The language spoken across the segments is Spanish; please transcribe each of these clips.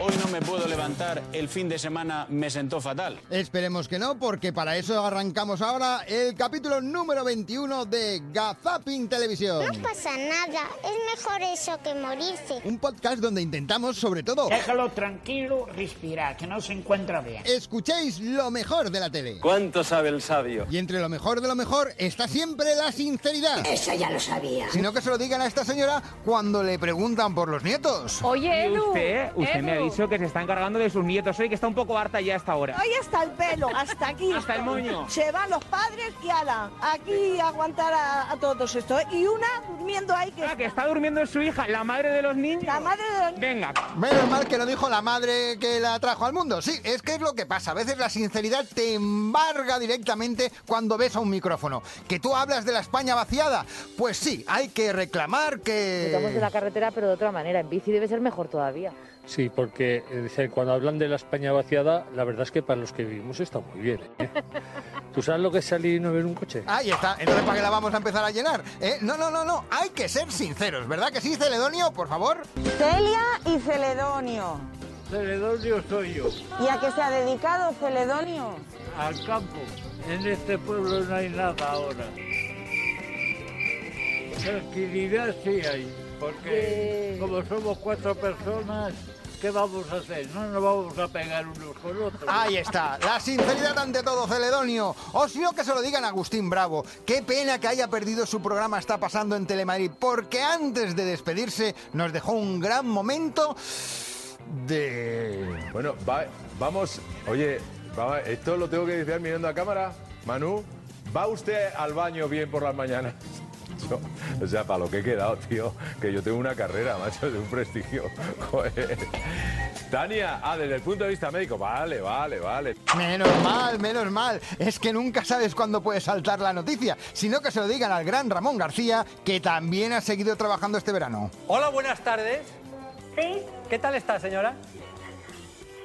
Hoy no me puedo levantar, el fin de semana me sentó fatal. Esperemos que no, porque para eso arrancamos ahora el capítulo número 21 de Gazapin Televisión. No pasa nada, es mejor eso que morirse. Un podcast donde intentamos, sobre todo, Déjalo tranquilo, respira, que no se encuentra bien. escuchéis lo mejor de la tele. ¿Cuánto sabe el sabio? Y entre lo mejor de lo mejor está siempre la sinceridad. Eso ya lo sabía. Sino que se lo digan a esta señora cuando le preguntan por los nietos. Oye, Y Edu. usted, usted me ha Edu. dicho que se está encargando de sus nietos hoy, que está un poco harta ya hasta ahora. Hoy hasta el pelo, hasta aquí. Hasta el moño. Se van los padres y ala, aquí a aguantar a, a todos ¿eh? estos. Y una durmiendo ahí que Ah, que está durmiendo su hija, la madre de los niños. la madre de los Venga, Menos mal que lo dijo la madre que la trajo al mundo. Sí, es que es lo que pasa. A veces la sinceridad te embarga directamente cuando ves a un micrófono. Que tú hablas de la España vaciada. Pues sí, hay que reclamar Estamos en la que... carretera, pero de otra manera. En bici debe ser mejor todavía. Sí, porque eh, dice, cuando hablan de la España vaciada, la verdad es que para los que vivimos está muy bien. ¿eh? ¿Tú sabes lo que es salir y no ver un coche? Ahí está, entonces ¿para qué la vamos a empezar a llenar? ¿Eh? No, no, no, no, hay que ser sinceros, ¿verdad que sí, Celedonio? Por favor. Celia y Celedonio. Celedonio soy yo, ¿Y a qué se ha dedicado Celedonio? al campo. En este pueblo no hay nada ahora. Tranquilidad sí hay, porque como somos cuatro personas, ¿qué vamos a hacer? No nos vamos a pegar unos con otros. Ahí está, la sinceridad ante todo, Celedonio. O si no, que se lo digan a Agustín Bravo. Qué pena que haya perdido su programa Está pasando en Telemadrid, porque antes de despedirse nos dejó un gran momento de... Bueno, va- vamos, oye, va- esto lo tengo que decir mirando a cámara. Manu, ¿va usted al baño bien por las mañanas? Yo, o sea, para lo que he quedado, tío, que yo tengo una carrera, macho, de un prestigio. Joder. Tania, ah, desde el punto de vista médico, vale, vale, vale. Menos mal, menos mal. Es que nunca sabes cuándo puede saltar la noticia, sino que se lo digan al gran Ramón García, que también ha seguido trabajando este verano. Hola, buenas tardes. ¿Sí? ¿Qué tal está, señora?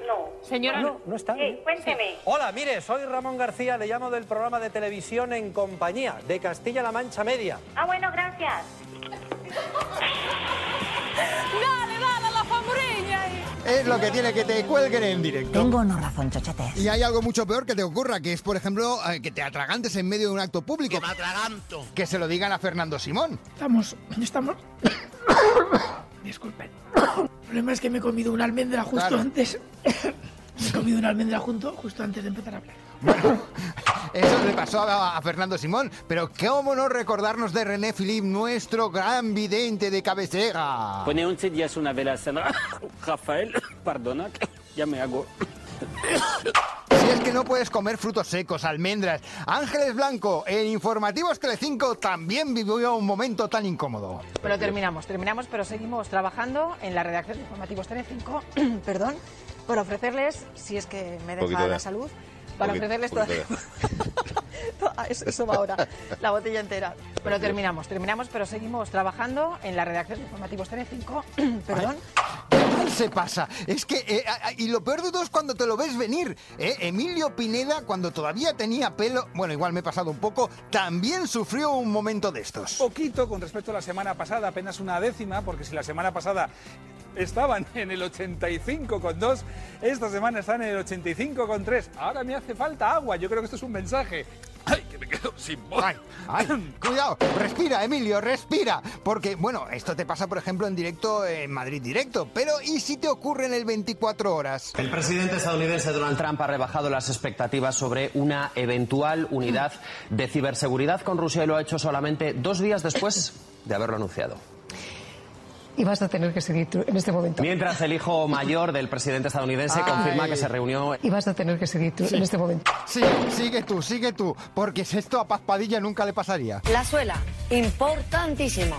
No. Señora, no está. ¿eh? Sí, cuénteme. Hola, mire, soy Ramón García, le llamo del programa de televisión En Compañía, de Castilla-La Mancha Media. Ah, bueno, gracias. Es lo que tiene que te cuelguen en directo. no razón, chachatez. Y hay algo mucho peor que te ocurra, que es, por ejemplo, eh, que te atragantes en medio de un acto público. Que se lo digan a Fernando Simón. Estamos, estamos. Disculpen. El problema es que me he comido una almendra justo Claro. antes. me he comido una almendra junto, justo antes de empezar a hablar. Bueno, eso le pasó a, a Fernando Simón. Pero cómo no recordarnos de René Philippe, nuestro gran vidente de cabecera. Pone 11 días una vela Sandra. Rafael, perdona, que ya me hago. Si es que no puedes comer frutos secos, almendras. Ángeles Blanco, en Informativos Telecinco, también vivió un momento tan incómodo. Pero terminamos, terminamos, pero seguimos trabajando en la redacción de Informativos Telecinco, perdón, por ofrecerles, si es que me Poquito deja de- la salud, para poquito- ofrecerles toda... poquito Ah, eso, eso va ahora, la botella entera. Pero terminamos, terminamos, pero seguimos trabajando en la redacción de Informativos Telecinco, perdón. ¿Qué mal se pasa? Es que, eh, a- a- y lo peor de todo es cuando te lo ves venir. ¿eh? Emilio Pineda, cuando todavía tenía pelo, bueno, igual me he pasado un poco, también sufrió un momento de estos. Poquito con respecto a la semana pasada, apenas una décima, porque si la semana pasada estaban en el 85,2, esta semana están en el 85,3. Ahora me hace falta agua, yo creo que esto es un mensaje. ¡Ay, que me quedo sin voz! Ay, ay, cuidado, respira, Emilio, respira. Porque, bueno, esto te pasa, por ejemplo, en directo en Madrid Directo, pero ¿y si te ocurre en el 24 horas? El presidente estadounidense Donald Trump ha rebajado las expectativas sobre una eventual unidad de ciberseguridad con Rusia y lo ha hecho solamente dos días después de haberlo anunciado. Y vas a tener que seguir en este momento. Mientras el hijo mayor del presidente estadounidense confirma que se reunió Y vas a tener que seguir en este momento. Sí, sigue tú, sigue tú, porque si esto a Paz Padilla nunca le pasaría. La suela, importantísimo.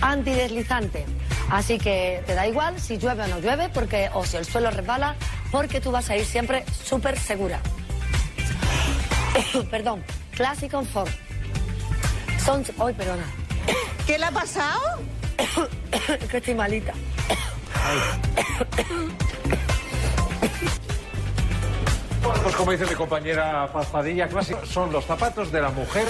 Antideslizante. Así que te da igual si llueve o no llueve, porque o si el suelo resbala, porque tú vas a ir siempre súper segura. Perdón, Classic Comfort. Son. Hoy, perdona, ¿Qué le ha pasado? que estoy malita. Pues como dice mi compañera Paz Padilla, clásico, son los zapatos de la mujer.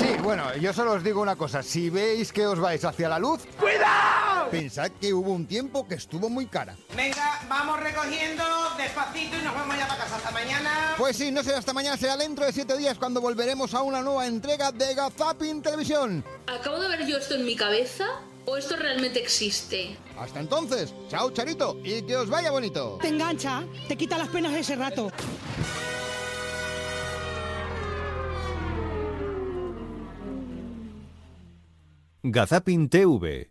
Sí, bueno, yo solo os digo una cosa. Si veis que os vais hacia la luz... ¡Cuidado! Pensad que hubo un tiempo que estuvo muy cara. Venga, vamos recogiendo despacito y nos vamos ya para casa. Hasta mañana. Pues sí, no será hasta mañana, será dentro de siete días cuando volveremos a una nueva entrega de Gazapin Televisión. ¿Acabo de ver yo esto en mi cabeza o esto realmente existe? Hasta entonces, chao Charito y que os vaya bonito. Te engancha, te quita las penas de ese rato. Gazapin TV,